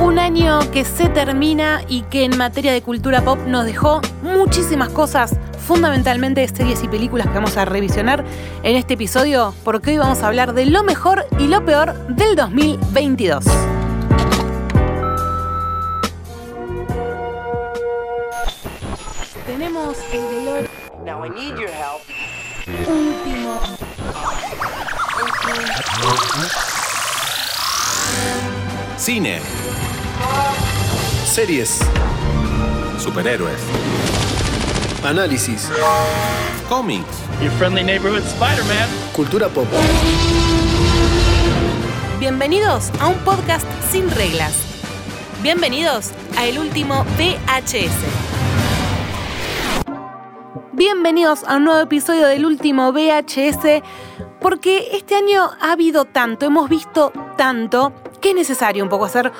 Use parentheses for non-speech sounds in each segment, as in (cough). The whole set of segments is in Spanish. Un año que se termina y que en materia de cultura pop nos dejó muchísimas cosas, fundamentalmente este series y películas que vamos a revisionar en este episodio, porque hoy vamos a hablar de lo mejor y lo peor del 2022. Tenemos el dolor Now I need your help. último. Cine. Series. Superhéroes. Análisis. Cómics. Your friendly neighborhood Spider-Man. Cultura pop. Bienvenidos a un podcast sin reglas. Bienvenidos a el último VHS. Bienvenidos a un nuevo episodio del último VHS, porque este año ha habido tanto, hemos visto tanto, que es necesario un poco hacer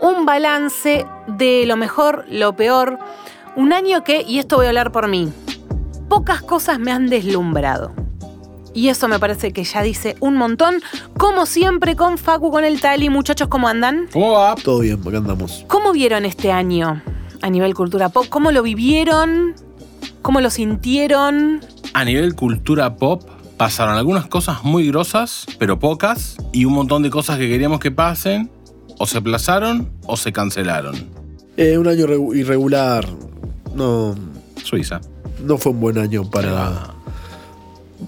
un balance de lo mejor, lo peor. Un año que, y esto voy a hablar por mí, pocas cosas me han deslumbrado. Y eso me parece que ya dice un montón. Como siempre, con Facu, con el Tali. Muchachos, ¿cómo andan? Todo bien, acá andamos. ¿Cómo vieron este año a nivel cultura pop? ¿Cómo lo vivieron? ¿Cómo lo sintieron? A nivel cultura pop, pasaron algunas cosas muy grosas, pero pocas, y un montón de cosas que queríamos que pasen, o se aplazaron o se cancelaron. Eh, un año re- irregular. No, Suiza. no fue un buen año para.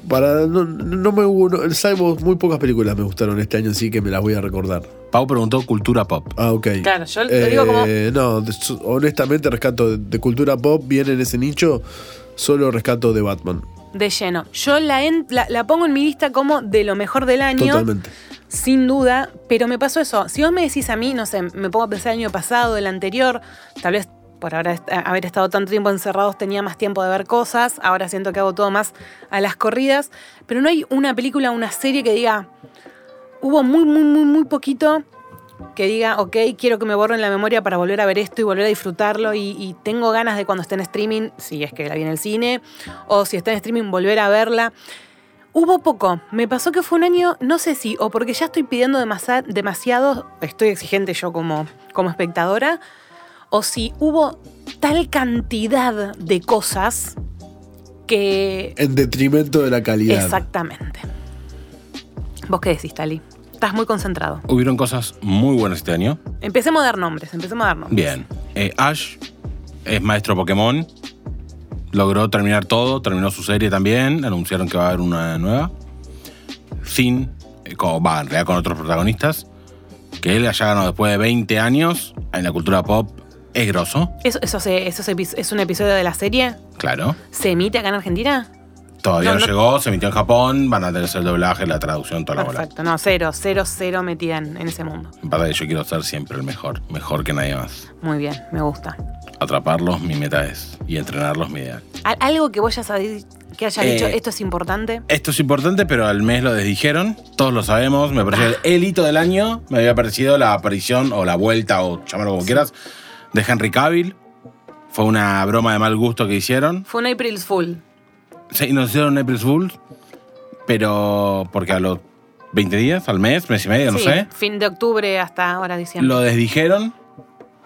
Para. No, no me hubo. no- salvo muy pocas películas me gustaron este año, así que me las voy a recordar. Pau preguntó cultura pop. Ah, ok. Claro, yo lo digo como- No, de- su- honestamente rescato de, de cultura pop, bien en ese nicho, solo rescato de Batman. De lleno. Yo la, en- la, la pongo en mi lista como de lo mejor del año. Totalmente. Sin duda, pero me pasó eso. Si vos me decís a mí, no sé, me pongo a pensar el año pasado, el anterior, tal vez por ahora est- haber estado tanto tiempo encerrados tenía más tiempo de ver cosas, ahora siento que hago todo más a las corridas, pero no hay una película, una serie que diga, hubo muy, muy, muy, muy poquito que diga, ok, quiero que me borren la memoria para volver a ver esto y volver a disfrutarlo y, y tengo ganas de cuando esté en streaming, si es que la vi en el cine, o si está en streaming volver a verla. Hubo poco. Me pasó que fue un año, no sé si, o porque ya estoy pidiendo demasa- demasiado, estoy exigente yo como, como espectadora, o si hubo tal cantidad de cosas que... En detrimento de la calidad. Exactamente. ¿Vos qué decís, Tali? Estás muy concentrado. Hubieron cosas muy buenas este año. Empecemos a dar nombres, empecemos a dar nombres. Bien. Eh, Ash es maestro Pokémon. Logró terminar todo, terminó su serie también. Anunciaron que va a haber una nueva. Sin, como va en realidad con otros protagonistas. Que él haya ganado después de 20 años en la cultura pop es grosso, ¿Eso, eso, se- eso se epi- es un episodio de la serie? claro. ¿Se emite acá en Argentina? Todavía No, no, no- llegó, se emitió en Japón, van a tener el doblaje, la traducción, toda la bola. Perfecto. No, cero, cero, cero metida en, en ese mundo. En verdad, yo quiero ser siempre el mejor, mejor que nadie más. Muy bien, me gusta. Atraparlos, mi meta es, y entrenarlos, mi ideal. Al- algo que vos ya sabés, que hayas Eh. dicho, esto es importante. Esto es importante, pero al mes lo desdijeron. Todos lo sabemos. Me pareció el, el hito del año. Me había parecido la aparición o la vuelta o llamarlo como quieras de Henry Cavill. Fue una broma de mal gusto que hicieron. Fue un April Fool. Sí, nos hicieron un April Fools, pero porque a los 20 días, al mes, mes y medio, no Sí, sé, Fin de octubre hasta ahora diciembre. lo desdijeron,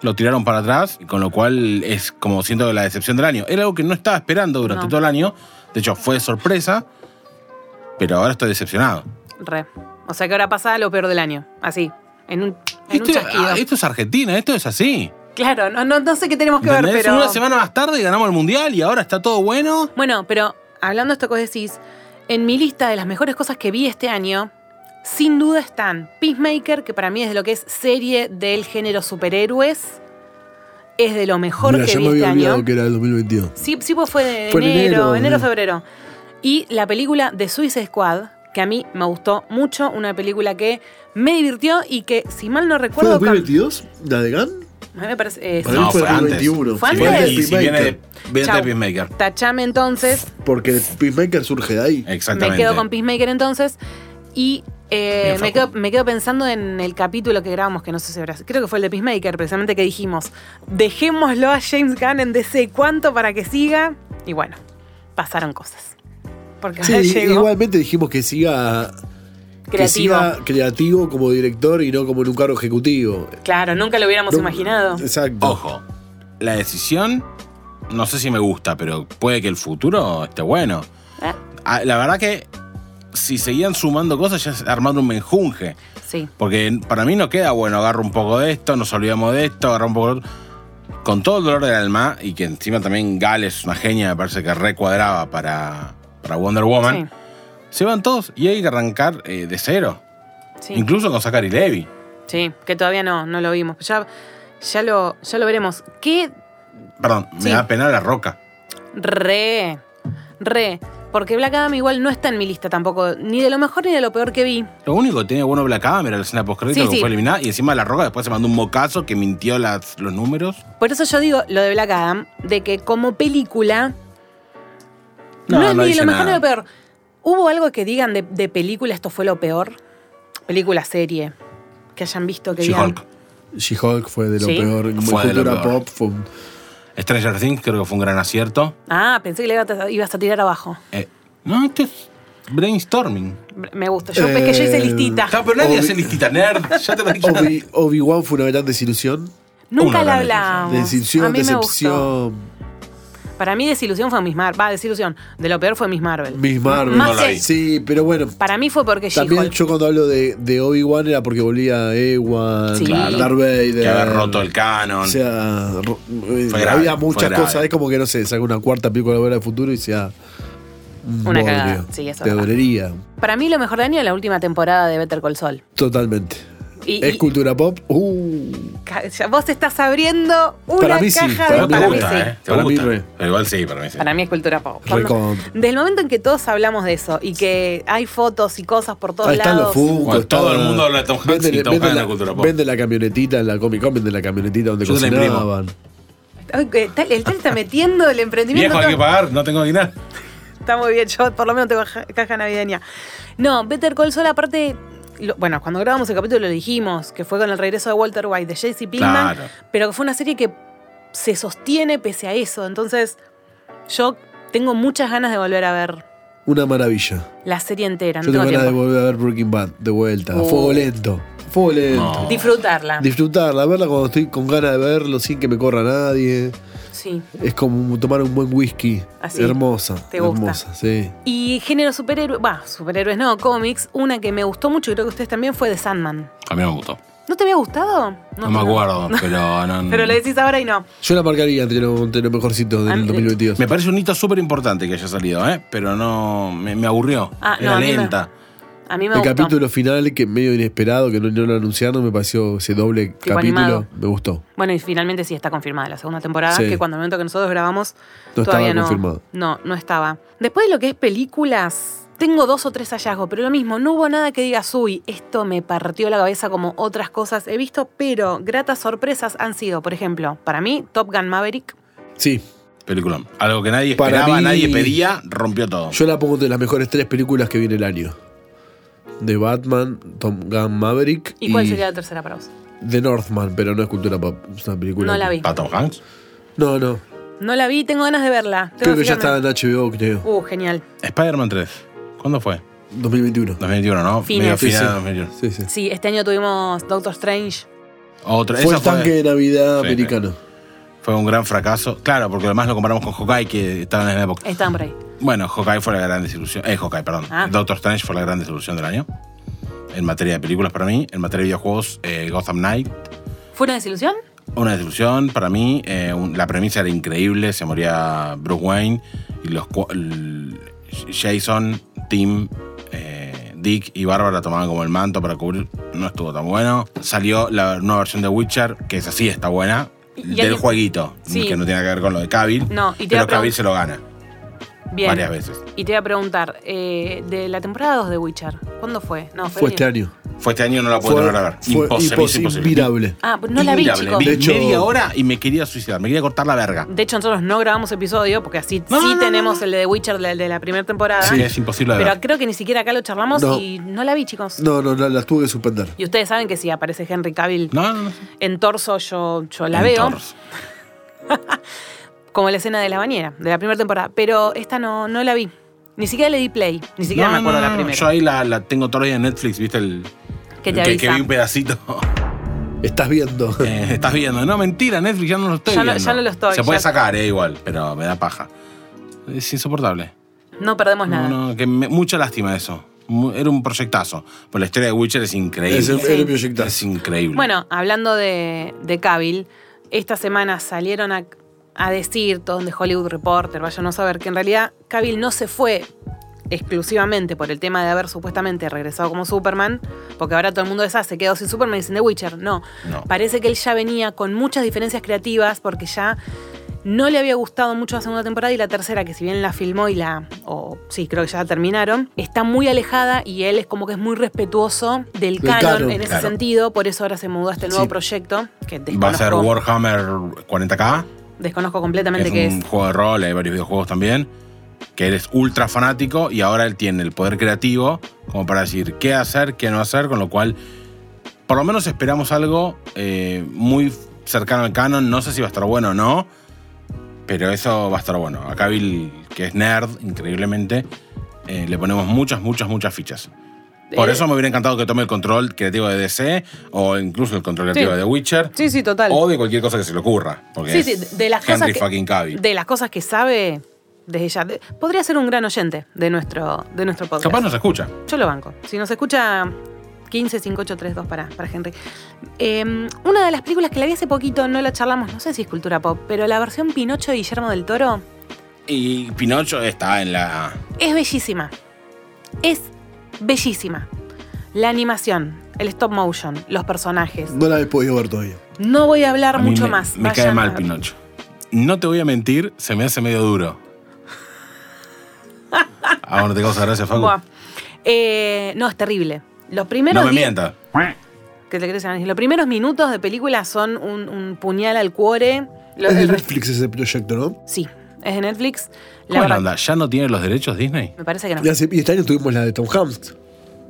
lo tiraron para atrás, y con lo cual es como siento que la decepción del año. Era algo que no estaba esperando durante No. todo el año. De hecho, fue de sorpresa, pero ahora estoy decepcionado. Re. O sea que ahora pasa lo peor del año. Así. En un, en un Esto, chasquido. ah, esto es Argentina, esto es así. Claro, no, no, no sé qué tenemos que ver, ¿Entendés? pero. Una semana más tarde ganamos el mundial y ahora está todo bueno. Bueno, pero hablando de esto que vos decís, en mi lista de las mejores cosas que vi este año, sin duda están Peacemaker, que para mí es de lo que es serie del género superhéroes. Es de lo mejor Mira, que ya vi me este había olvidado año. que era el 2022. Sí, sí, pues fue de Fue en enero, enero, enero, mm. febrero. Y la película de Suicide Squad, que a mí me gustó mucho, una película que me divirtió y que, si mal no ¿Fue recuerdo, cam- 2022? ¿La de Gunn? a mí me parece. eh, Para mí No, fue fue antes. 2021. Fue Si antes. viene, de y si viene de, viene Chau. de Peacemaker. Tachame entonces. Porque Peacemaker surge de ahí. Exactamente. Me quedo con Peacemaker entonces. Y eh, Bien, me, quedo, Facu. me quedo pensando en el capítulo que grabamos, que no sé si habrá. Creo que fue el de Peacemaker, precisamente que dijimos: dejémoslo a James Gunn en DC cuánto para que siga. Y bueno, pasaron cosas. Porque Sí, ahora llegó. igualmente dijimos que siga que Creativo. siga creativo como director y no como en un cargo ejecutivo. Claro, nunca lo hubiéramos No- imaginado. Exacto. Ojo, la decisión, no sé si me gusta, pero puede que el futuro esté bueno. Ah, Ah, La verdad que si seguían sumando cosas ya es armar un menjunje. sí. Porque para mí no queda bueno, agarro un poco de esto, nos olvidamos de esto, agarro un poco de otro. Con todo el dolor del alma, y que encima también Gales es una genia, me parece que recuadraba para, para Wonder Woman, se van todos y hay que arrancar eh, de cero. Sí, sí, Incluso con Zachary Levy. sí, que todavía no, no lo vimos. Ya, ya, lo, ya lo veremos. ¿Qué Perdón, Sí. me da pena la roca. Re, re. Porque Black Adam igual no está en mi lista tampoco, ni de lo mejor ni de lo peor que vi. Lo único que tiene bueno Black Adam era la escena post Sí, que sí. fue eliminada y encima la roca después se mandó un mocazo que mintió las- los números. Por eso yo digo lo de Black Adam, de que como película no, No, es ni no de dice lo mejor ni nada. de lo peor. ¿Hubo algo que digan de, de película esto fue lo peor? Película, serie, que hayan visto, que digan... She-Hulk. She-Hulk fue de lo Sí. peor. Como Fue de lo cultura peor. pop fue un- Stranger Things creo que fue un gran acierto. Ah, pensé que le ibas a- ibas a tirar abajo. Eh, no, esto es brainstorming. Me gusta. Yo es que yo hice Eh, listita. Está, pero nadie Obvi- hace listita nerd. Ya te lo dije. Obi- Obi-Wan fue una gran desilusión. Nunca Una la gran hablamos. a Desilusión, mí me gustó. decepción. Para mí desilusión fue Miss Marvel. Va, desilusión. De lo peor fue Miss Marvel. Miss Marvel. Más No la vi. es- Sí, pero bueno. Para mí fue porque También She-Hulk. yo cuando hablo de, de Obi-Wan era porque volvía a Ewan, Sí. Claro. Darth Vader. Que haber roto el canon. O sea, ro- eh, Fue grave, había fue muchas grave. cosas. Es como que, no sé, saca una cuarta película de Volver al Futuro y sea... un Una bodrio. cagada. Sí, eso es Te verdad. dolería. Para mí lo mejor de año es la última temporada de Better Call Saul. Totalmente. Y- ¿Es y- cultura pop? Uh, Ca- ya Vos estás abriendo una Para mí sí, caja para de... Pero mí Para mí gusta, sí. ¿eh? Te Para mí gusta. re. Pero igual sí, para mí sí. Para mí es cultura pop. Cuando- Recontra. Desde el momento en que todos hablamos de eso y que hay fotos y cosas por todos ahí están los lados. Funko. Bueno, todo está- el mundo habla de Tom Hanks y Venden- Tom venden Hanks la- es cultura pop. Venden la camionetita en la Comic Con, venden la camionetita donde Yo te la imprimo. cocinaban. Ay, que tal- el tal está metiendo el emprendimiento. Viejo, hay que todo- pagar, no tengo dinero. Está muy bien, yo por lo menos tengo ja- caja navideña. No, Better Call Saul, aparte. lo- bueno, cuando grabamos el capítulo lo dijimos, que fue con el regreso de Walter White, de J.C. Pinkman, Claro. pero que fue una serie que se sostiene pese a eso. Entonces, yo tengo muchas ganas de volver a ver Una maravilla. la serie entera. No Yo tengo tengo ganas de tiempo. volver a ver Breaking Bad de vuelta. Oh. Fuego lento. Fuego lento. No. Disfrutarla. Disfrutarla, verla cuando estoy con ganas de verlo sin que me corra nadie. sí. Es como tomar un buen whisky. Así. Hermosa. Te gusta. Hermosa, sí. Y género superhéroe, va, superhéroes no, cómics, una que me gustó mucho y creo que ustedes también fue The Sandman. A mí me gustó. ¿No te había gustado? No, me acuerdo, pero (laughs) no. Pero lo decís ahora y no. Yo la marcaría entre los entre los mejorcitos A del mí- 2022. Me parece un hito súper importante que haya salido, ¿eh? Pero no. Me, me aburrió. Ah, no, Era a mí me- lenta. A mí me El gustó. capítulo final, que medio inesperado, que no, no lo anunciaron, me pareció ese doble capítulo. animado. Me gustó. Bueno, y finalmente sí está confirmada la segunda temporada, Sí. que cuando el momento que nosotros grabamos No todavía estaba no, confirmado. No, no estaba. Después de lo que es películas, tengo dos o tres hallazgos, pero lo mismo, no hubo nada que digas, uy, esto me partió la cabeza como otras cosas he visto, pero gratas sorpresas han sido, por ejemplo, para mí, Top Gun Maverick. Sí, Peliculón. Algo que nadie Para esperaba, mí- nadie pedía, rompió todo. yo la pongo entre las mejores tres películas que viene el año. De Batman, Tom Gunn, Maverick ¿Y cuál sería la tercera para vos? The Northman, pero no es cultura pop, es una película. No la vi. ¿Para Tom Hanks? No, no. No la vi, tengo ganas de verla. Tengo Creo que ya está fijarme. en HBO, creo. Uh, genial. Spider-Man 3. ¿Cuándo fue? 2021. 2021, ¿no? Fines. Medio Sí, final sí. 2021. Sí, sí. Sí, este año tuvimos Doctor Strange. Otra, Fue esa el tanque de Navidad Sí, americano. Fue un gran fracaso. Claro, porque además lo comparamos con Hawkeye, que estaba en la época. Están por ahí. Bueno, Hawkeye fue la gran desilusión. Eh, Hawkeye, perdón. Ah. Doctor Strange fue la gran desilusión del año. En materia de películas para mí. En materia de videojuegos, eh, Gotham Knight. ¿Fue una desilusión? Una desilusión para mí. eh, un- la premisa era increíble. Se moría Bruce Wayne. Y los cua- l- Jason, Tim, eh, Dick y Bárbara tomaban como el manto para cubrir. No estuvo tan bueno. Salió la nueva versión de Witcher, que es así, está buena. Y- y del hay- jueguito. Sí. Que no tiene que ver con lo de Cavill. No, y te iba a pero pregun- Cavill se lo gana Bien. varias veces. Y te voy a preguntar, eh, de la temporada 2 de Witcher, ¿cuándo fue? No, Fue este año. Fue este año, no la puedo Fue, lograr ver. fue imposible, impos- imposible. invirable. Ah, pues no la vi, Inviable. chicos. Vi De hecho- media hora y me quería suicidar, me quería cortar la verga. De hecho, nosotros no grabamos episodio porque así No, sí no, no, tenemos no. el de Witcher de, de la primera temporada. Sí, es imposible de Ah. Pero ver. creo que ni siquiera acá lo charlamos No. y no la vi, chicos. No, no, no, las tuve que suspender. Y ustedes saben que si aparece Henry Cavill No, no, no. en torso, yo, yo la veo. Entonces, Como la escena de la bañera, de la primera temporada. Pero esta no, no la vi. Ni siquiera le di play, ni siquiera No, me acuerdo no, la no, primera. Yo ahí la, la tengo todos los días en Netflix, ¿viste? El, Que te que, avisa. vi un pedacito. (laughs) Estás viendo. Eh, estás viendo. No, mentira, Netflix ya no lo estoy Ya no- viendo. ya no lo estoy, Se puede ya- sacar, eh, igual, pero me da paja. Es insoportable. No perdemos nada. No, no, que me- mucha lástima eso. Mu- Era un proyectazo. Pero la historia de Witcher es increíble. es el, Sí. es el proyectazo. Es increíble. Bueno, hablando de, de Cavill, esta semana salieron a, a decir, todo de Hollywood Reporter, vayan a saber, que en realidad Cavill no se fue exclusivamente por el tema de haber supuestamente regresado como Superman, porque ahora todo el mundo es, "Ah, se quedó sin Superman y sin The Witcher. No, No. parece que él ya venía con muchas diferencias creativas porque ya no le había gustado mucho la segunda temporada y la tercera, que si bien la filmó y la, o sí, creo que ya la terminaron, está muy alejada y él es como que es muy respetuoso del Del canon, canon, en ese claro. sentido, por eso ahora se mudó a este nuevo Sí. proyecto que Va a ser desconozco, Warhammer 40k. desconozco completamente Es qué es. un juego de rol, hay varios videojuegos también. Que él es ultra fanático y ahora él tiene el poder creativo como para decir qué hacer, qué no hacer, con lo cual por lo menos esperamos algo eh, muy cercano al canon. No sé si va a estar bueno o no, pero eso va a estar bueno. Acá Bill, que es nerd, increíblemente, eh, le ponemos muchas, muchas, muchas fichas. Por Eh, eso me hubiera encantado que tome el control creativo de DC o incluso el control creativo Sí. de The Witcher. Sí, sí, total. O de cualquier cosa que se le ocurra. Porque Sí, es sí, de las Henry cosas que- fucking Cavill. De las cosas que sabe desde ya. de- podría ser un gran oyente de nuestro, de nuestro podcast. Capaz no se escucha. Yo lo banco. Si nos escucha 15, 5, 8, 3, 2 para, para Henry. Eh, una de las películas que la vi hace poquito, no la charlamos, no sé si es cultura pop, pero la versión Pinocho de Guillermo del Toro Y Pinocho está en la. es bellísima. Es bellísima. La animación, el stop motion, los personajes. (laughs) No la he podido ver todavía. No voy a hablar A mí mucho me, más. Me Vayan cae a mal ver. Pinocho. No te voy a mentir, se me hace medio (laughs) duro. Ahora no te causa gracia, Facu. Buah. Eh, no, es terrible. Los primeros no me diez- mientas. que te crees, Anis, Los primeros minutos de película son un, un puñal al cuore. Lo- es de el re- Netflix ese proyecto, ¿no? Sí, es de Netflix. La ¿Cómo es la verdad- onda? ¿Ya no tiene los derechos Disney? Me parece que no. Y, hace- y este año tuvimos la de Tom Hanks.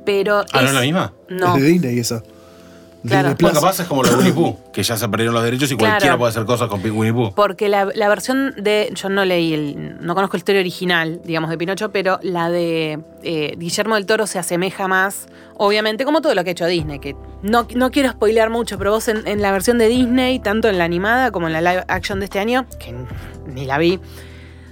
Pero Ah, ¿no es, es la misma? No. Es de Disney esa. De Claro. Disney Plus. Bueno, capaz es como lo de Winnie Pooh, que ya se perdieron los derechos y Pues Claro. Pues cualquiera puede hacer cosas con Winnie Pooh. Porque la, la versión de. Yo no leí el. No conozco la historia original, digamos, de Pinocho, pero la de eh, Guillermo del Toro se asemeja más. Obviamente, como todo lo que ha hecho Disney, que no, no quiero spoilear mucho, pero vos en, en la versión de Disney, tanto en la animada como en la live action de este año, que ni la vi.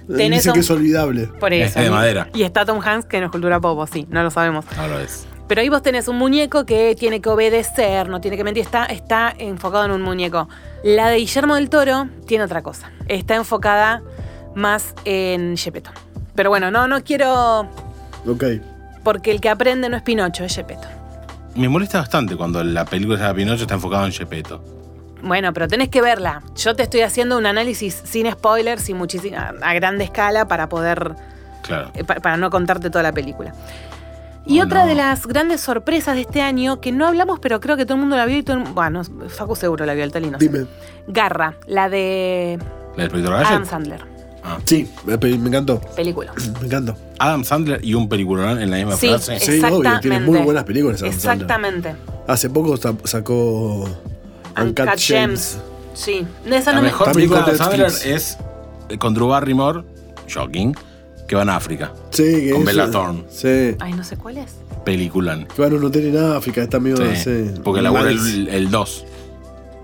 Eh, tenés Dicen un- que es olvidable. Por Es eso. de madera. Y está Tom Hanks, que no es cultura pop, sí, no lo sabemos. No lo es. Pero ahí vos tenés un muñeco que tiene que obedecer, no tiene que mentir, está, está enfocado en un muñeco. La de Guillermo del Toro tiene otra cosa. Está enfocada más en Gepetto. Pero bueno, no, no quiero. Ok. Porque el que aprende no es Pinocho, es Gepetto. Me molesta bastante cuando la película de Pinocho está enfocada en Gepetto. Bueno, pero tenés que verla. Yo te estoy haciendo un análisis sin spoilers y muchísimo, a, a grande escala para poder. Claro. eh, pa- para no contarte toda la película. Y Oh, otra no. de las grandes sorpresas de este año, que no hablamos, pero creo que todo el mundo la vio y todo el, Bueno, Facu seguro la vio, el talino. Dime. Garra, la de ¿La del Inspector Ah, Adam Gadget? Sandler, Sí, me, me encantó. (clears throat) película. Me encantó. Adam Sandler y un peliculón en la misma Sí, frase. Sí, obvio, tiene muy Exactamente. buenas películas. Adam Sandler. Exactamente. Hace poco sa- sacó Uncut Uncut Gems. Sí, esa La no me mejor También película con de Adam Netflix. Sandler es eh, con Drew Barrymore, shocking, que van a África. Sí, que Con es- Bella Thorne. Sí. Ay, no sé cuál es. Peliculón. Que van a un hotel en África, está medio. Sí, sí. Porque labura Nice. el- el 2.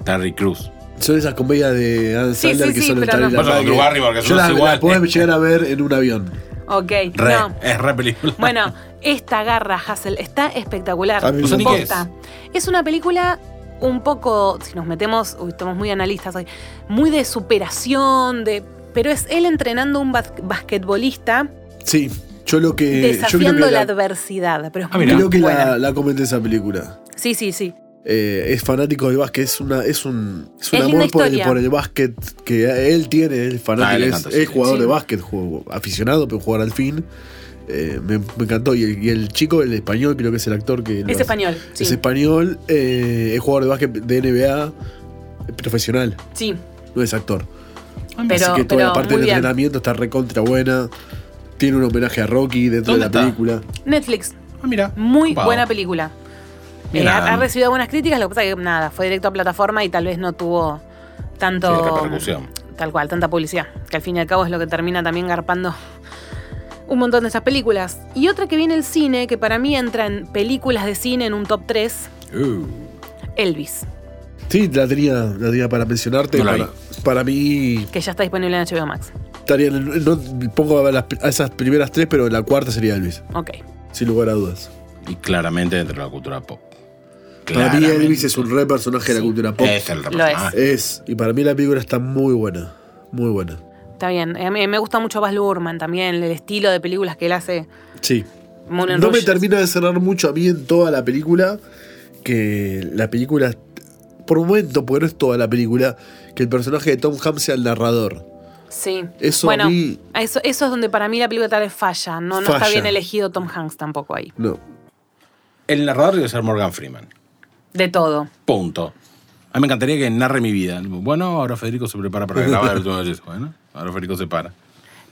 Terry Cruz. Son esas comedias de Adam Sí, Sandler sí, que sí, son pero están no. en la Pasa con radio. Drew Barrymore, que son Yo la, las iguales. la podés llegar a ver en un avión. Ok, Re, no. es re película. (laughs) Bueno, esta garra, Hassel, está espectacular. A mí No sé me ni qué encanta. Posta. Es una película un poco, si nos metemos, uy, estamos muy analistas hoy, muy de superación, de, pero es él entrenando a un bas- basquetbolista Sí, Eh, yo lo que. yo desafiando creo que la la, adversidad. Pero es Ah, muy mira. creo que la- buena. la comenté esa película. Sí, sí, sí. Eh, es fanático del básquet, es, una, es un, es un Es linda amor por el, historia. por el básquet que él tiene, es fanático, Ah, le es, encanta, es sí, sí. jugador Sí. de básquet, juego- aficionado, pero jugar al fin. Eh, me, me encantó. Y el, y el chico, el español, creo que es el actor que. lo Es hace. español. Sí, Es español, eh, es jugador de básquet de NBA eh, profesional, sí. no es actor. Pero, Así que toda pero la parte muy del bien. entrenamiento está recontra buena. Tiene un homenaje a Rocky dentro ¿Dónde de la está? película. Netflix, Ah, mira. muy Wow. buena película. Bien, Eh, ha, Adam. ha recibido buenas críticas, lo que pasa que nada, fue directo a plataforma y tal vez no tuvo tanto. Sí, repercusión. Tal cual, tanta publicidad. Que al fin y al cabo es lo que termina también garpando un montón de esas películas. Y otra que viene el cine, que para mí entra en películas de cine en un top 3, Uh, Elvis, Sí, la tenía, la tenía para mencionarte. No la para, para mí que ya está disponible en HBO Max. estaría en el- no pongo a, las- a esas primeras tres, pero la cuarta sería Elvis, Ok. sin lugar a dudas. y claramente dentro de la cultura pop. Para mí Claramente. Elvis es un re personaje de la cultura pop. Es el Ah, Lo es. reportaje. Es, y para mí la película está muy buena, muy buena. Está bien. Eh, A mí me gusta mucho Baz Luhrmann también, el estilo de películas que él hace. Sí. Moulin No me Rouge. termina de cerrar mucho a mí en toda la película, que la película, por un momento, porque no es toda la película, que el personaje de Tom Hanks sea el narrador. Sí. Eso bueno, a mí- eso, eso es donde para mí la película tal vez falla. No, no está Falla. bien elegido Tom Hanks tampoco ahí. No. El narrador debe ser Morgan Freeman. De todo. Punto. A mí me encantaría que narre mi vida. Bueno, ahora Federico se prepara para grabar el último disco. Bueno, ahora Federico se para.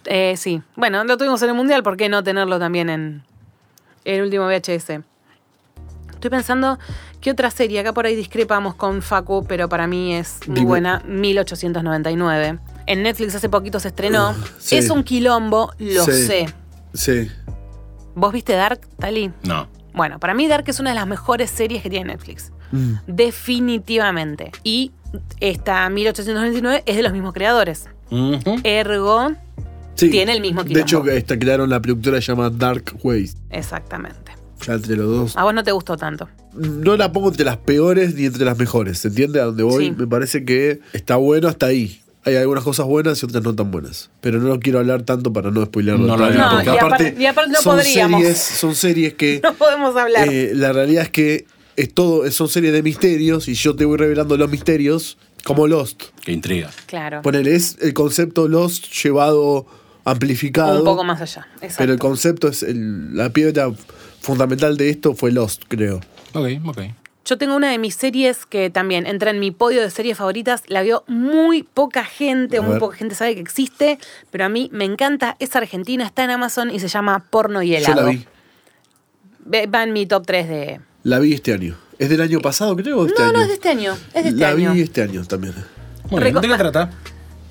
Eh, sí. Bueno, lo tuvimos en el Mundial, ¿por qué no tenerlo también en el último VHS? Estoy pensando qué otra serie, acá por ahí discrepamos con Facu, pero para mí es muy Dime. buena, 1899. En Netflix hace poquito se estrenó. sí. Es un quilombo, lo Sí. sé. Sí. ¿Vos viste Dark, Tali? No. Bueno, para mí Dark es una de las mejores series que tiene Netflix. Mm. Definitivamente. Y esta 1899 es de los mismos creadores. Ujú. Ergo, Sí. Tiene el mismo De hecho, quilombo. esta, crearon la productora llamada Dark Ways. exactamente. Ya entre los dos. A vos no te gustó tanto. No la pongo entre las peores ni entre las mejores. ¿Se entiende a dónde voy? Sí. Me parece que está bueno hasta ahí. Hay algunas cosas buenas y otras no tan buenas. Pero no lo quiero hablar tanto para no spoilearlo. No lo tanto, hablamos. porque No, y aparte- y aparte no son podríamos. Series, son series que. (laughs) No podemos hablar. eh, la realidad es que es todo, son series de misterios y yo te voy revelando los misterios como Lost. Qué intriga. claro. Ponele, es el concepto Lost llevado, amplificado. Un poco más allá. Exacto. Pero el concepto es el- la piedra fundamental de esto fue Lost, creo. Ok, ok. Yo tengo una de mis series que también entra en mi podio de series favoritas. La vio muy poca gente, A o muy ver. poca gente sabe que existe, pero a mí me encanta. Es argentina, está en Amazon y se llama Porno y helado. Yo la vi. Ve- Va en mi top 3 de. La vi este año. ¿Es del año pasado, creo? o Este No, año? no, es de este año. Es de este la año. vi este año también. Muy bien, Reco- Ah, ¿de qué trata?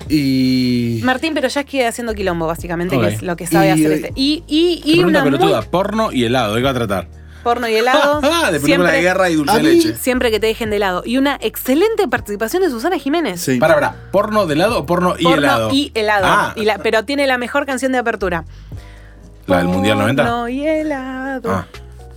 Y. Martín, pero ya es que haciendo quilombo, básicamente, Ok. que es lo que sabe Y, hacer eh, este. Y, y, Qué y pregunta una pelotuda. muy Porno y helado, ¿de qué va a tratar? porno y helado. (laughs) Ah, de película de guerra y dulce A de mí- leche. siempre que te dejen de lado. Y una excelente participación de Susana Jiménez. Sí. Para, para, ¿porno de helado o porno, y Porno helado? y helado. Ah, Y la- pero tiene la mejor canción de apertura. la del Mundial 90. Porno y helado. Ah.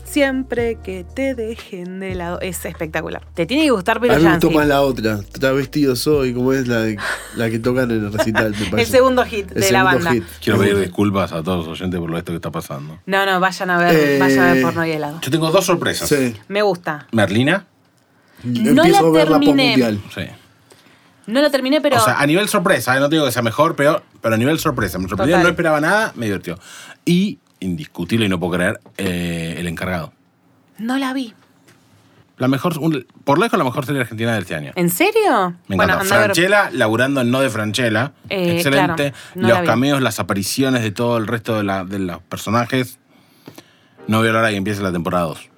Siempre que te dejen de lado. Es espectacular. Te tiene que gustar, A pero mí me gustó Yancy. más la otra. Travestido soy, como es la, de- la que tocan en el recital, me parece. El segundo hit de El la segundo banda. hit. Quiero pedir disculpas a todos los oyentes por lo esto que está pasando. No, no, vayan a ver, Eh, vayan a ver porno y helado. Yo tengo dos sorpresas. Sí. Me gusta. Merlina. No Empiezo la a verla terminé. mundial. Sí. No lo terminé, pero. o sea, a nivel sorpresa, ¿eh? no te digo que sea mejor, peor, pero a nivel sorpresa. Me sorprendió, Total. no esperaba nada, me divirtió. Y, indiscutible y no puedo creer, eh, El Encargado. no la vi. La mejor, un- por lejos la mejor serie argentina de este año. ¿En serio? Me encanta. anda a ver. Franchella, laburando en No de Franchella. Eh, Excelente. claro, no los la vi. cameos, las apariciones de todo el resto de, la- de los personajes. No voy a hablar que empiece la temporada 2.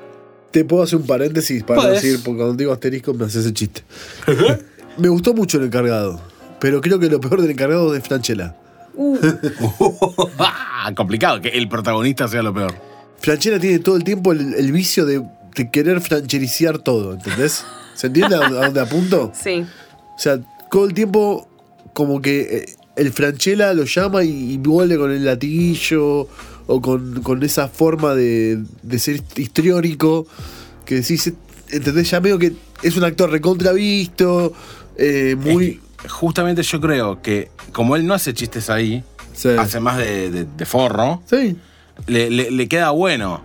Te puedo hacer un paréntesis para Podés. decir, porque cuando digo asterisco me haces (laughs) ese chiste. me gustó mucho el encargado, pero creo que lo peor del encargado es Franchella. (laughs) Complicado que el protagonista sea lo peor. Franchella tiene todo el tiempo el, el vicio de, de querer franchericiar todo, ¿entendés? ¿Se entiende a, dónde- a dónde apunto? Sí. O sea, todo el tiempo como que eh, el Franchella lo llama y, y vuelve con el latiguillo o con, con esa forma de, de ser histriónico que decís, eh, ¿entendés? Ya veo que es un actor recontravisto, eh, muy... Justamente yo creo que, como él no hace chistes ahí, Sí. hace más de, de- de forro, Sí, le, le- le queda bueno.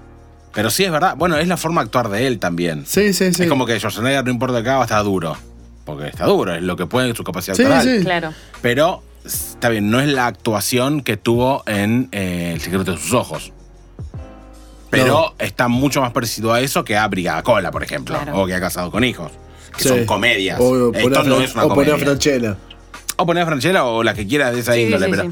Pero sí es verdad, bueno, es la forma de actuar de él también. sí, sí. sí. Es como que Schwarzenegger, no importa acá, va a estar duro. Porque está duro, es lo que puede su capacidad Sí, actoral. sí. Claro. Pero está bien, no es la actuación que tuvo en eh, El secreto de sus ojos. Pero está mucho más parecido a eso que a Brigada Cola, por ejemplo, Claro. o que ha casado con hijos, que Sí. son comedias. O, poné Esto a no Fran- es una o poné a comedia. Franchella. O poner a Franchella o la que quieras de esa Sí, sí, índole, sí, pero sí.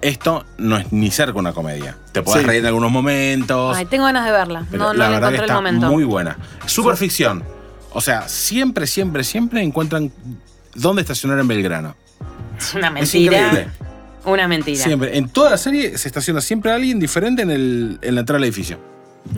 esto no es ni cerca una comedia. Te puedes Sí. reír en algunos momentos, Ay, tengo ganas de verla. pero No, no la le verdad que encontré el está momento. muy buena. Superficción. O sea, siempre, siempre, siempre encuentran dónde estacionar en Belgrano. Es una Es mentira. increíble. Una mentira. Siempre. En toda la serie se estaciona siempre alguien diferente en, el, en la entrada del edificio.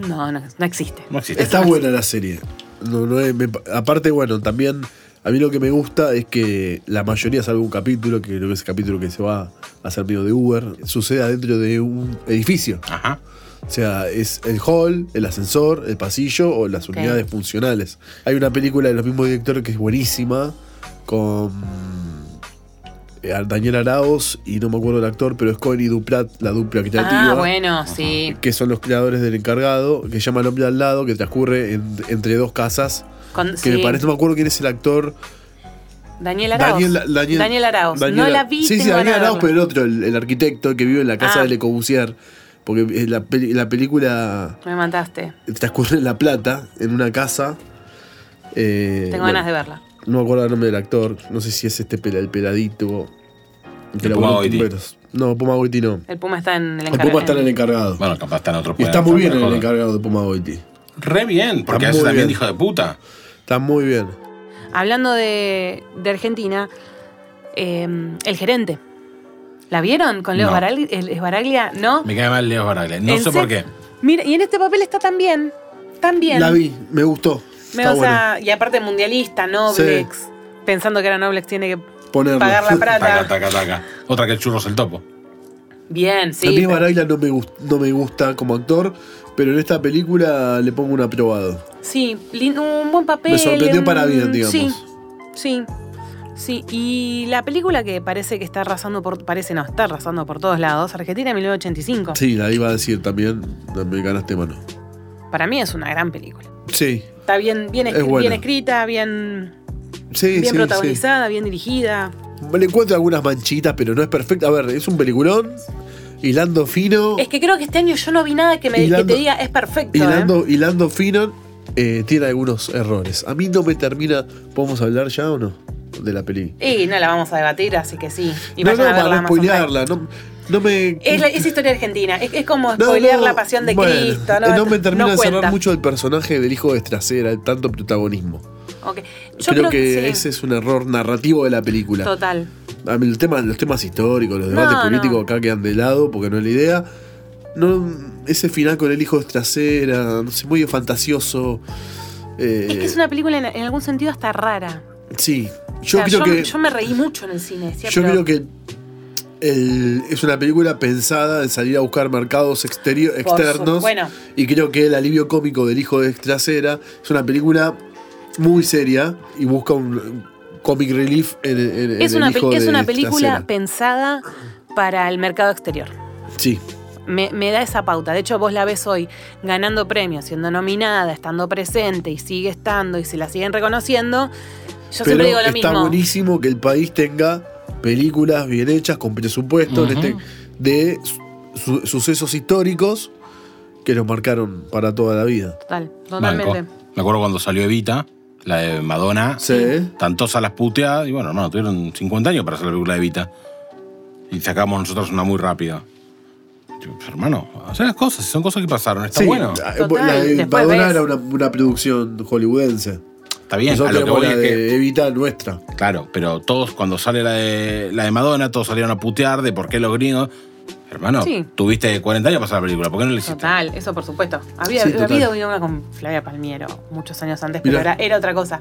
No, no, no existe. No existe. Está buena la serie. No, no es- me pa- aparte, bueno, también a mí lo que me gusta es que la mayoría, salvo un capítulo, que creo que es el capítulo que se va a hacer medio de Uber, suceda dentro de un edificio. Ajá. O sea, es el hall, el ascensor, el pasillo o las Ok. unidades funcionales. Hay una película de los mismos directores que es buenísima, con eh, Daniel Araos y no me acuerdo el actor, pero es Cohen y Duplat, la dupla creativa Ah, bueno, sí. que son los creadores del encargado, que se llama El hombre al lado, que transcurre en- entre dos casas. Con- Que sí. me parece, no me acuerdo quién es el actor. Daniel Arauz. Daniel, Daniel- Daniel Arauz. Daniel no Ara- la vi. Sí, sí, tengo Daniel ganas de Arauz, pero verla. el otro, el, el arquitecto que vive en la casa Ah. de Le Corbusier. Porque eh, la, peli- la película Me mataste. transcurre en La Plata, en una casa. Eh, Tengo bueno, ganas de verla. No me acuerdo el nombre del actor. No sé si es este pela- el peladito. Que El laburó en Puma Goiti. Tumberos. No, Puma Goiti no. El Puma está en el El encargado. Puma está en el encargado. Bueno, capaz está en otro y está muy bien el encargado de Puma Goiti. Re bien, porque Está hace muy también bien. hijo de puta. Está muy bien. Hablando de, de Argentina, eh, el gerente. ¿La vieron con Leo No. Baragli- el- es Baraglia? ¿No? Me cae mal Leo Baraglia. No En sé se- por qué. Mira, y en este papel está tan bien. Tan bien. La vi, me gustó. Me- Está o bueno. sea, y aparte mundialista, Noblex. Pensando que ahora Noblex tiene que Ponerlo. pagar la Taca, plata. taca, taca. Otra que el churros el topo. Bien, (laughs) a sí. mí Baraglia no me, gust- no me gusta como actor, pero en esta película le pongo un aprobado. Sí, lin- un buen papel. Me sorprendió un- para bien, digamos. Sí, sí. Sí, y la película que parece que está arrasando por... Parece no, está arrasando por todos lados. Argentina 1985. Sí, la iba a decir también, me ganaste mano. Para mí es una gran película. Sí, Está bien, bien, Es escri- buena. bien escrita, bien, sí, bien sí, protagonizada, bien dirigida. sí. Le encuentro algunas manchitas, pero no es perfecta. A ver, es un peliculón, hilando fino, Es que creo que este año yo no vi nada que, me, que Hilando- te diga es perfecto. ¿eh? hilando, hilando fino, eh, tiene algunos errores. A mí no me termina, ¿podemos hablar ya o no? De la película. Y no la vamos a debatir, así que sí. Y no, no, vayan a verla para a no Amazon Prime. spoilearla, no, no me... Es, (laughs) la- es historia argentina. Es, es como No, spoilear no, la pasión de bueno, Cristo. eh, No, No me termina No de cuenta. cerrar mucho el personaje del hijo de Estracera, el tanto protagonismo. Ok. Yo creo, que, sí. ese es un error narrativo de la eh, película. Total. A mí el tema- los temas históricos, los debates No, políticos no. acá quedan de lado porque no es la idea. No, ese final con el hijo de Estracera, no sé, muy fantasioso. eh, Es que es una película en, en algún sentido hasta rara. Sí, yo O sea, creo que. yo me reí mucho en el cine. decía, Yo pero- creo que el- es una película pensada en salir a buscar mercados exterio- Por su- externos. bueno. Y creo que el alivio cómico del hijo de trasera es una película muy seria y busca un comic relief en, en- en es el una, hijo pe- es de una película Trasera. pensada para el mercado exterior. Sí, Me, me da esa pauta. De hecho, vos la ves hoy ganando premios, siendo nominada, estando presente y sigue estando y se la siguen reconociendo. Yo pero siempre digo lo está mismo. buenísimo que el país tenga películas bien hechas, con presupuesto, en este- de su- su- sucesos históricos que nos marcaron para toda la vida. Total, Banco. totalmente. Me acuerdo cuando salió Evita, la de Madonna. Sí. Tantosa las puteadas. Y bueno, no, tuvieron 50 años para hacer la película de Evita. Y sacamos nosotros una muy rápida. Tipo, Hermano, hacer las cosas, son cosas que pasaron, está bueno. ah, Total, la de después Madonna ves. era una, una producción hollywoodense. Está bien, a Nosotros lo que tenemos voy la es que- de Evita nuestra. Claro, pero todos cuando sale la de, la de Madonna, todos salieron a putear de por qué los gringos. Hermano, Sí. tuviste 40 años para hacer la película, ¿por qué no lo hiciste? Total, eso por supuesto. Había, Sí, total. habido una con Flavia Palmiero muchos años antes, pero Mirá. era, era otra cosa.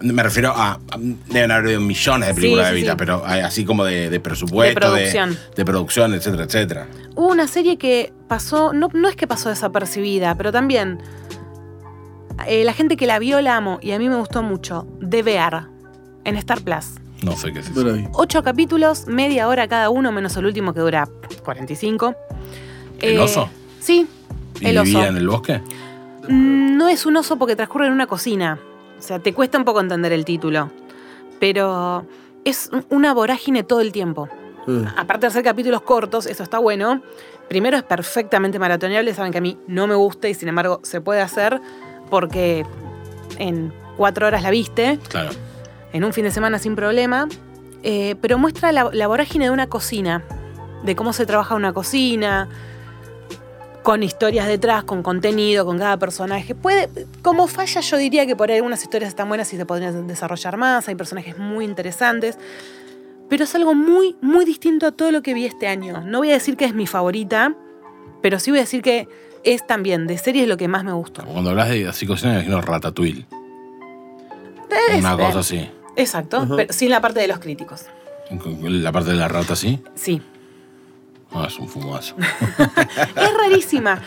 Me refiero a. a- Deben haber habido millones de Sí, películas sí, de vida, sí. pero hay- así como de, de presupuesto, De de producción. producción. de producción, etcétera, etcétera. Hubo una serie que pasó, no, no es que pasó desapercibida, pero también eh, la gente que la vio la amo y a mí me gustó mucho, DVR, en Star Plus. No sé qué es eso. No la vi. Ocho capítulos, media hora cada uno, menos el último que dura 45. ¿El oso? Eh, Sí, ¿Y el oso. vivía en el bosque? Mm, No es un oso porque transcurre en una cocina. O sea, te cuesta un poco entender el título. Pero es un- una vorágine todo el tiempo. Ah. Aparte de hacer capítulos cortos, eso está bueno. Primero es perfectamente maratoneable, saben que a mí no me gusta y sin embargo se puede hacer porque en cuatro horas la viste, Claro. en un fin de semana sin problema. Eh, pero muestra la, la vorágine de una cocina, de cómo se trabaja una cocina, con historias detrás, con contenido, con cada personaje. Puede, como falla, yo diría que por ahí algunas historias están buenas y se podrían desarrollar más, hay personajes muy interesantes. Pero es algo muy, muy distinto a todo lo que vi este año. No voy a decir que es mi favorita, pero sí voy a decir que es también de series lo que más me gustó. Cuando hablas de así cocina, me imagino Ratatouille. Es- eh, Una cosa así. Exacto, pero sin la parte de los críticos. La parte de la rata así. Sí. Ah, es un fumazo. Es rarísima.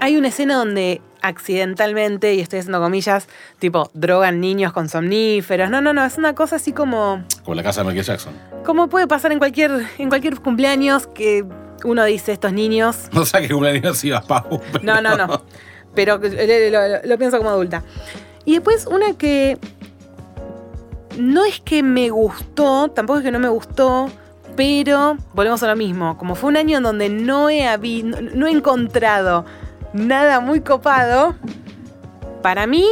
Hay una escena donde accidentalmente, y estoy haciendo comillas, tipo, drogan niños con somníferos. No, no, no, es una cosa así como. Como la casa de Michael Jackson. (laughs) Como puede pasar en cualquier, en cualquier cumpleaños que uno dice estos niños. No sé qué cumpleaños ibas, Pau. pero- No, no, no. Pero eh, lo, lo- lo pienso como adulta. Y después una que no es que me gustó, tampoco es que no me gustó, pero volvemos a lo mismo. Como fue un año en donde no he, habi- no, no he encontrado nada muy copado, para mí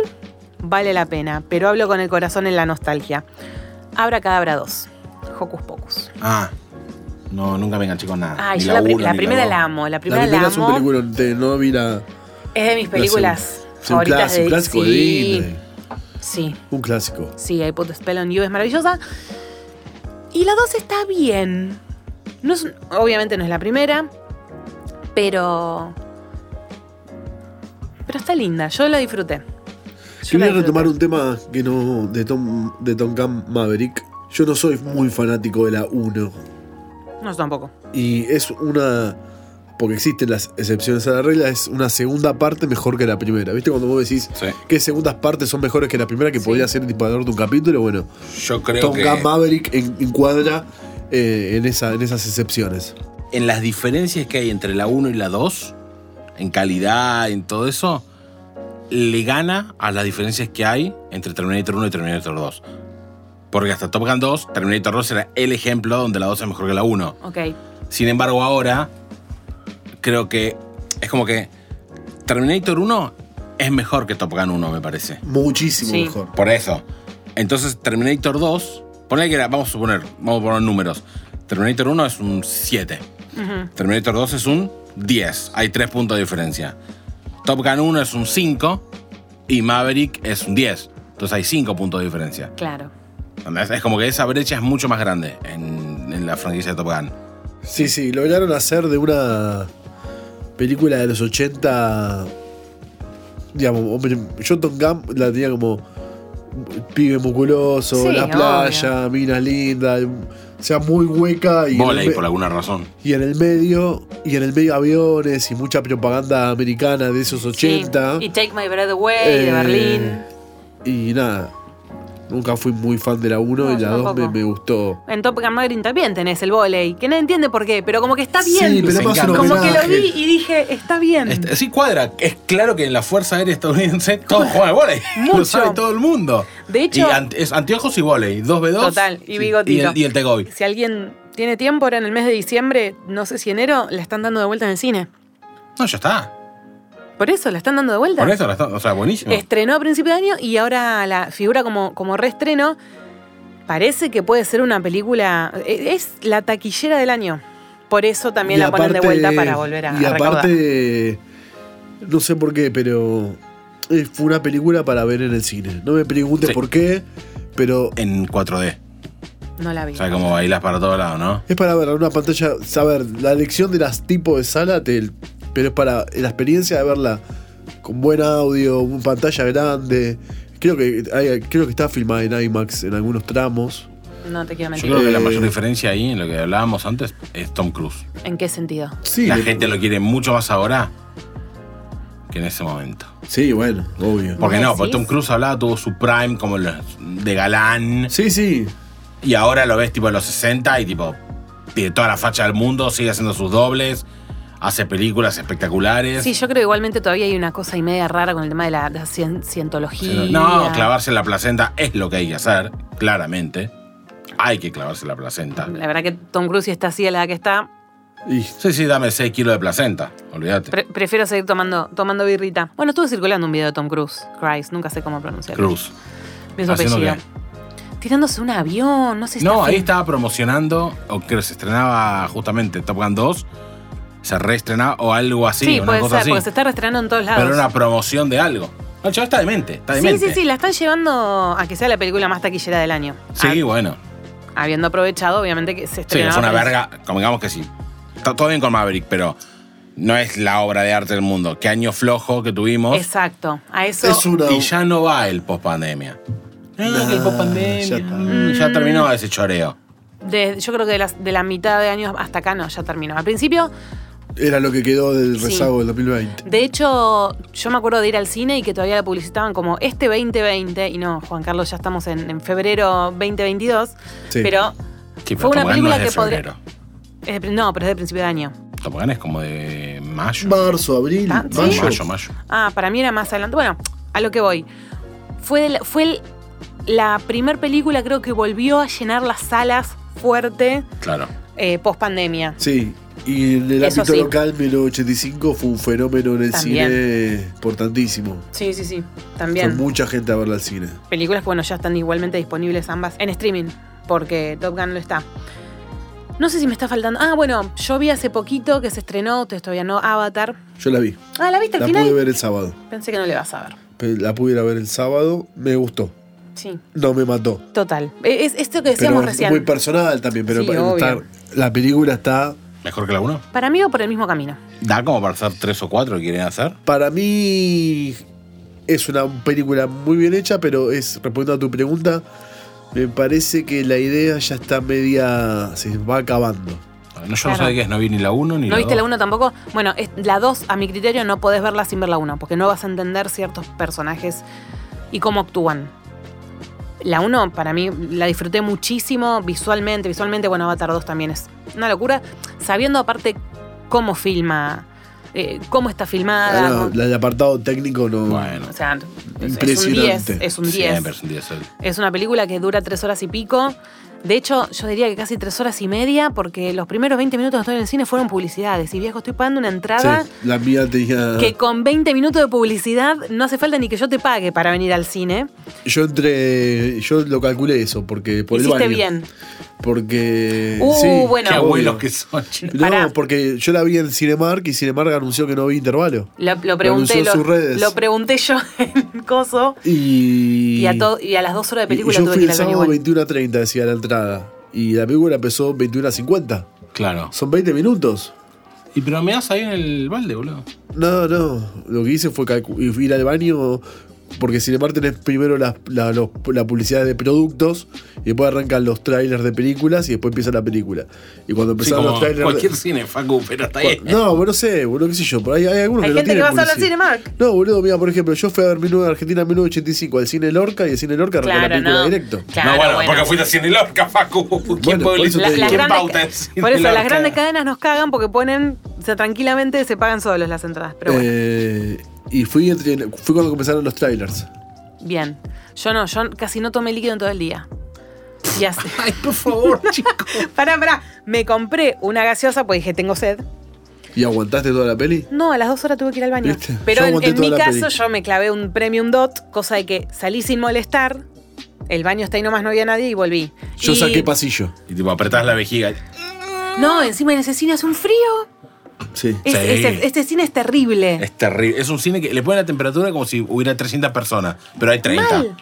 vale la pena, pero hablo con el corazón en la nostalgia. Abra Cadabra 2, Hocus Pocus. Ah. No, nunca me enganché con Ah, nada. Ay, Ni Ah, yo la, pri- uno, la ni primera dos. la amo, la La primera la, primera es un amo. película, te- no vi la. Es de mis películas Es un- es un favoritas clásico, de un clásico de sí, Disney. sí, Un clásico. sí, I Put a Spell on You es maravillosa. Y la 2 está bien. No es, obviamente no es la primera, pero. Pero está linda, yo la disfruté. Yo la Quería disfruté. retomar un tema que no de Tom de Tom Cam Maverick. Yo no soy muy fanático de la 1 No, yo tampoco. y es una porque existen las excepciones a la regla, es una segunda parte mejor que la primera. ¿Viste cuando vos decís Sí. que segundas partes son mejores que la primera que Sí. podría ser el disparador de un capítulo? Bueno, Yo creo Tom que Gunn Maverick en- encuadra eh, en, esa, en esas excepciones. en las diferencias que hay entre la 1 y la 2, en calidad, en todo eso, le gana a las diferencias que hay entre Terminator 1 y Terminator 2. Porque hasta Top Gun 2, Terminator 2 era el ejemplo donde la 2 es mejor que la 1. Ok. Sin embargo, ahora creo que es como que Terminator 1 es mejor que Top Gun 1, me parece. Muchísimo Sí. mejor. Por eso. Entonces, Terminator 2, ponle que era, vamos a suponer, vamos a poner números. Terminator 1 es un 7. Ujú. Terminator 2 es un 10. Hay 3 puntos de diferencia. Top Gun 1 es un 5 y Maverick es un 10. Entonces hay 5 puntos de diferencia. Claro. ¿Entendés? Es como que esa brecha es mucho más grande en, en la franquicia de Top Gun. Sí, sí, lograron hacer de una película de los 80. Digamos, hombre, yo Tom Gunn la tenía como pibe musculoso, Sí, la playa, minas lindas, o sea, muy hueca y, en Voley, el, me- por alguna razón. y en el medio, y en el medio aviones y mucha propaganda americana de esos 80. Sí. Y Take My Breath Away Eh, de Berlín. Y nada, nunca fui muy fan de la 1 No, y yo la 2 me, tampoco. me gustó. En Top Gun Maverick también tenés el volei, que no entiende por qué, pero como que está bien. Sí, pero Se más un encanta. Como que lo homenaje. vi y dije, está bien. Este, sí cuadra. Es claro que en la Fuerza Aérea Estadounidense (laughs) todos juegan al voley. Lo Mucho. sabe todo el mundo. De hecho- Y ant- es anteojos y voley. 2B2. Total, y bigotito. Y el, y el Tegobi. Si alguien tiene tiempo, ahora en el mes de diciembre, no sé si enero, la están dando de vuelta en el cine. No, ya está. Por eso, la están dando de vuelta. Por eso, la está- o sea, buenísimo. Estrenó a principio de año y ahora la figura como, como reestreno. Parece que puede ser una película. e- Es la taquillera del año. Por eso también Y la ponen de aparte- vuelta para volver a, Y a recaudar. aparte, no sé por qué, pero eh, fue una película para ver en el cine. No me preguntes Sí. por qué, pero En 4D. No la vi. O sea, como bailas para todos lados, ¿no? es para ver en una pantalla. Saber, la elección de las tipos de sala, te- pero es para la experiencia de verla con buen audio, una pantalla grande. Creo que, hay- creo que está filmada en IMAX en algunos tramos. No te quiero Yo mentir. creo que la Eh, mayor diferencia ahí, en lo que hablábamos antes, es Tom Cruise. ¿En qué sentido? Sí, la le- gente lo quiere mucho más ahora que en ese momento. sí, bueno, obvio. Porque ¿Vos no, porque decís? Tom Cruise hablaba, tuvo su prime como los de galán. Sí, sí. Y ahora lo ves tipo en los 60 y tipo tiene toda la facha del mundo, sigue haciendo sus dobles, hace películas espectaculares. Sí, yo creo igualmente todavía hay una cosa y media rara con el tema de la, de la cien- cientología. No, clavarse la placenta es lo que hay que hacer, claramente. Hay que clavarse la placenta. La verdad que Tom Cruise si está así a la edad que está, Y Sí, sí, dame 6 kilos de placenta, olvídate. pre- prefiero seguir tomando, tomando birrita. Bueno, estuvo circulando un video de Tom Cruise, Christ, nunca sé cómo pronunciarlo. Cruz. Bien su ¿Haciendo apellido. Tirándose un avión, no sé si No, ahí film- estaba promocionando, o creo que se estrenaba justamente Top Gun 2, se reestrenaba o algo así, Sí, una puede cosa ser, porque así. se está reestrenando en todos lados. Pero era una promoción de algo. No, el chaval está demente, está sí, demente. sí, sí, la están llevando a que sea la película más taquillera del año. Sí, A- bueno. habiendo aprovechado, obviamente, que se Sí, estrenaba. es una para- verga. Como digamos que sí. Está todo bien con Maverick, pero no es la obra de arte del mundo. Qué año flojo que tuvimos. Exacto. A eso. Es una. Y ya no va el post-pandemia. Nah, que el post-pandemia. ya está. Mm, Ya terminó ese choreo. de- yo creo que de, las- de la mitad de años hasta acá no, ya terminó. Al principio, Era lo que quedó del Sí. rezago del 2020. de hecho, yo me acuerdo de ir al cine y que todavía la publicitaban como este 2020, y no, Juan Carlos, ya estamos en, en febrero 2022, Sí. pero Sí, Fue pero una Top Gun no película es de que podría- febrero. es de- no, pero es de principio de año. Top Gun es como de mayo. Marzo, abril, Ah, sí. mayo. Mayo, mayo. Ah, para mí era más adelante. Bueno, a lo que voy. Fue, el- fue el- la primer película, creo que volvió a llenar las salas fuerte Claro. eh, post pandemia. Sí. Y en el Eso ámbito sí. local, 1985 fue un fenómeno en el También. cine importantísimo. Sí, sí, sí. Fue También. mucha gente a verla al cine. Películas que, bueno, ya están igualmente disponibles ambas en streaming, porque Top Gun lo está. No sé si me está faltando. Ah, bueno, yo vi hace poquito que se estrenó, ustedes todavía no, Avatar. Yo la vi. Ah, ¿la viste al La final? pude ver el sábado. Pensé que no le vas a ver. Pe- La pude ir a ver el sábado. Me gustó. Sí, No me mató. total. Eh, Es esto que decíamos Pero recién. muy personal también. Pero Sí, pa- obvio. está- la película está. ¿Mejor que la 1? Para mí va por el mismo camino. Da como para hacer tres o cuatro que quieren hacer. Para mí es una película muy bien hecha, pero es respondiendo a tu pregunta, me parece que la idea ya está media se va acabando. No, yo Claro. no sé qué es, no vi ni la 1 ni ¿No la viste dos. la 1 tampoco? Bueno, es- la 2, a mi criterio, no podés verla sin ver la 1, porque no vas a entender ciertos personajes y cómo actúan. La 1, para mí, la disfruté muchísimo visualmente. Visualmente, bueno, Avatar 2 también es una locura. Sabiendo, aparte, cómo filma, eh, cómo está filmada. Ah, no, cómo- la- el apartado técnico no. Bueno, o sea, es- es un Impresionante. 10. Es un 10. siempre es un 10. Es una película que dura tres horas y pico. De hecho, yo diría que casi tres horas y media, porque los primeros 20 minutos que estoy en el cine fueron publicidades. Y viejo, estoy pagando una Sí, entrada la mía tenía. que con 20 minutos de publicidad no hace falta ni que yo te pague para venir al cine. Yo entre. Yo lo calculé eso, porque por el Hiciste baño. bien. Porque. Uh, sí, bueno. Qué No. abuelos obvio. que son. che. No, Pará. porque yo la vi en Cinemark y Cinemark anunció que no vi intervalo. Lo, lo Lo pregunté, anunció en lo, sus redes. lo pregunté yo (laughs) en Coso. Y. Y a, to- y a las dos horas de película Y yo tuve fui que ir el al baño. sábado igual. 21.30, decía la entrada. Y la película empezó 21.50. Claro. Son 20 minutos. Y pero me das ahí en el balde, boludo. No, no. Lo que hice fue calcu- ir al baño. Porque Cinemark tenés primero la, la, los- la publicidad de productos. Y después arrancan los trailers de películas. Y después empieza la película. Y cuando Sí, empezaron como los trailers. de- (laughs) cualquier cine, Facu, pero está ahí. No, bueno, no sé, boludo, qué sé yo. Pero hay, hay algunos Hay que no gente que tienen va solo al publicidad. Cinemark. No, boludo, mira, por ejemplo, yo fui a ver 19 Argentina 1985 al cine Lorca y el cine Lorca arrancó Claro, la película no. directo. (laughs) Claro, no, bueno, bueno. porque fuiste a Cine Lorca, Facu. (laughs) ¿Quién, por publica- eso La- te digo. las quién grandes pauta ca- en (laughs) Cine por eso las Lorca? grandes cadenas nos cagan porque ponen, o sea, tranquilamente se pagan solos las entradas. Pero bueno, Eh, y fui, entre- fui cuando comenzaron los (laughs) trailers. bien. Yo no, yo casi no tomé líquido en todo el día. Ya (laughs) sé. Ay, por favor, chicos. Pará, pará. Me compré una gaseosa porque dije, tengo sed. ¿Y aguantaste toda la peli? No, a las dos horas tuve que ir al baño. ¿Viste? Pero Yo en, aguanté en toda mi la caso, peli. yo me clavé un premium dot, cosa de que salí sin molestar. El baño está ahí nomás, no había nadie y volví. Yo Y- saqué pasillo. Y tipo, apretás la vejiga. No, encima en ese cine hace un frío. Sí. Es- Sí. es- este cine es terrible. Es terrible. Es un cine que le ponen la temperatura como si hubiera 300 personas, pero hay 30. Mal.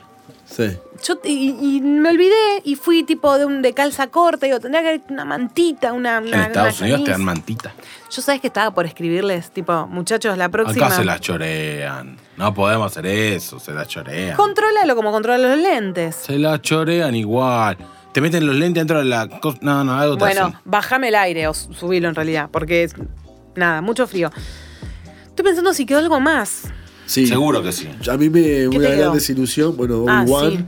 Sí. Yo y, y me olvidé y fui tipo de, un, de calza corta. Digo, tendría que haber una mantita, una. En una- Estados una Unidos te dan camisa. mantita. Yo sabes que estaba por escribirles, tipo, muchachos, la próxima. Acá se las chorean. No podemos hacer eso, se las chorean. Contrólalo como controlan los lentes. Se las chorean igual. Te meten los lentes dentro de la. cos- No, no, algo te Bueno, hacen. bájame el aire o su- subilo en realidad, porque es- nada, mucho frío. Estoy pensando si quedó algo más. Sí. Seguro que sí. A mí me te una quedó? gran desilusión, bueno, Ah, Obi-Wan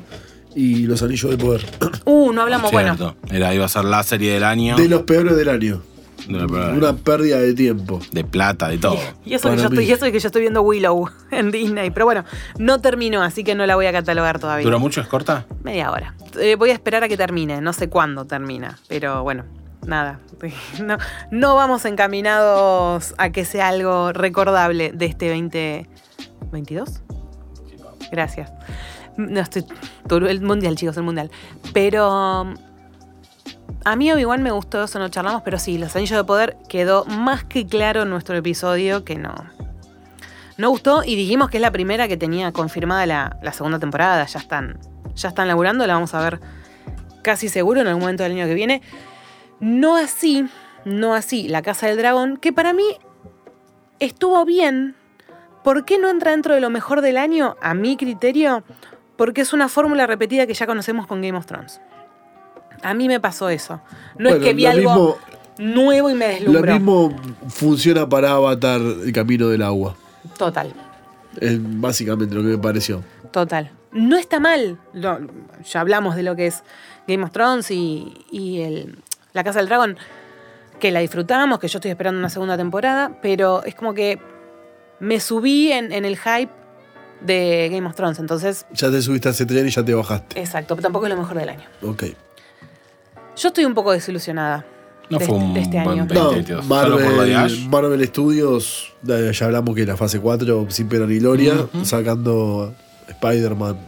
y los anillos de poder. Uh, no hablamos, bueno. Cierto. Era, iba a ser la serie del año. De los peores del año. De la- Una pérdida de tiempo. de plata, de todo. Y eso, que Para yo estoy, mí. y eso que yo estoy viendo Willow (laughs) en Disney. Pero bueno, no terminó, así que no la voy a catalogar todavía. ¿Dura mucho? ¿Es corta? Media hora. Eh, voy a esperar a que termine, no sé cuándo termina, pero bueno, nada. (laughs) No, no vamos encaminados a que sea algo recordable de este 2022. Gracias. No estoy. turu- El mundial, chicos, el mundial. Pero. A mí Obi-Wan me gustó, eso no charlamos, pero sí, Los Anillos de Poder quedó más que claro en nuestro episodio que no. No gustó y dijimos que es la primera que tenía confirmada la, la segunda temporada. Ya están, ya están laburando, la vamos a ver casi seguro en algún momento del año que viene. No así, no así, La Casa del Dragón, que para mí estuvo bien. ¿Por qué no entra dentro de lo mejor del año? A mi criterio, porque es una fórmula repetida que ya conocemos con Game of Thrones. A mí me pasó eso. No es Bueno, que vi lo algo mismo- nuevo y me Lo deslumbró. mismo funciona para Avatar el camino del agua. Total. Es básicamente lo que me pareció. Total. No está mal. Lo- ya hablamos de lo que es Game of Thrones y, y el- La Casa del Dragón, que la disfrutamos, que yo estoy esperando una segunda temporada, pero es como que me subí en, en el hype de Game of Thrones. Entonces, Ya te subiste a ese tren y ya te bajaste. exacto, tampoco es lo mejor del año. Ok. Yo estoy un poco desilusionada. No de fue este- un de este buen año. 2022. No, Solo por lo de Marvel, Ash. Marvel Studios, eh, ya hablamos que la fase 4, sin pena ni gloria, sacando Spider-Man.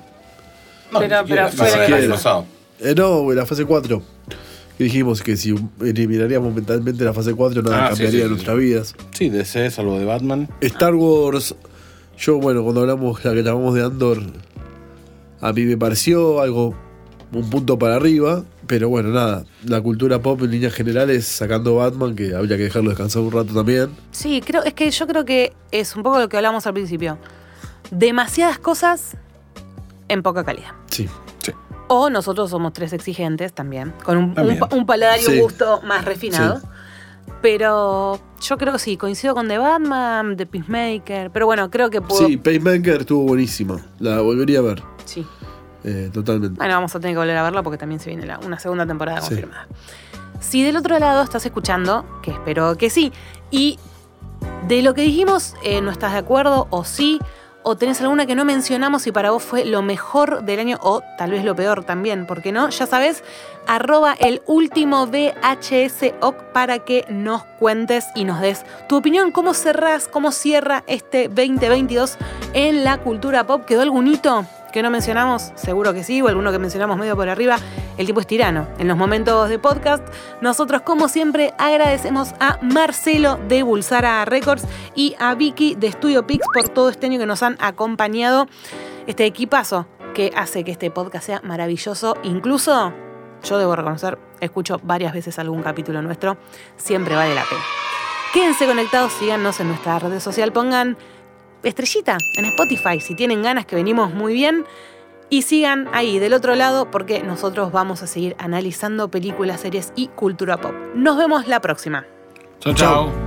Pero- pero la fue casa la del casa. año pasado. Eh, no, güey, la fase 4. Que dijimos que si eliminaríamos mentalmente la fase 4, nada Ah, sí, cambiaría sí, sí, en sí. nuestras vidas. Sí, DC, salvo de Batman. Star Wars, yo bueno, cuando hablamos, la que hablamos de Andor, a mí me pareció algo, un punto para arriba, pero bueno, nada, la cultura pop en líneas generales, sacando Batman, que habría que dejarlo descansar un rato también. Sí, creo, es que yo creo que es un poco lo que hablamos al principio. Demasiadas cosas en poca calidad. Sí. O nosotros somos tres exigentes también, con un, También. un pa- un paladar y un Sí. gusto más refinado. Sí. Pero yo creo que sí, coincido con The Batman, The Peacemaker. Pero bueno, creo que pudo. Sí, Pacemaker estuvo buenísima, la volvería a ver, Sí. eh, totalmente. Bueno, vamos a tener que volver a verla porque también se viene la- una segunda temporada Sí. confirmada. Si del otro lado estás escuchando, que espero que sí, y de lo que dijimos eh, no estás de acuerdo o sí, o tenés alguna que no mencionamos y para vos fue lo mejor del año o tal vez lo peor también, porque no, ya sabes, arroba el último VHS OC para que nos cuentes y nos des tu opinión, cómo cerrás, cómo cierra este 2022 en la cultura pop. ¿Quedó algún hito que no mencionamos? Seguro que sí, o alguno que mencionamos medio por arriba. El tipo es tirano. En los momentos de podcast, nosotros como siempre agradecemos a Marcelo de Bulsara Records y a Vicky de Studio Pix por todo este año que nos han acompañado. Este equipazo que hace que este podcast sea maravilloso, incluso yo debo reconocer, escucho varias veces algún capítulo nuestro, siempre vale la pena. Quédense conectados, síganos en nuestra red social, pongan estrellita en Spotify si tienen ganas que venimos muy bien. Y sigan ahí del otro lado porque nosotros vamos a seguir analizando películas, series y cultura pop. Nos vemos la próxima. chao. chao.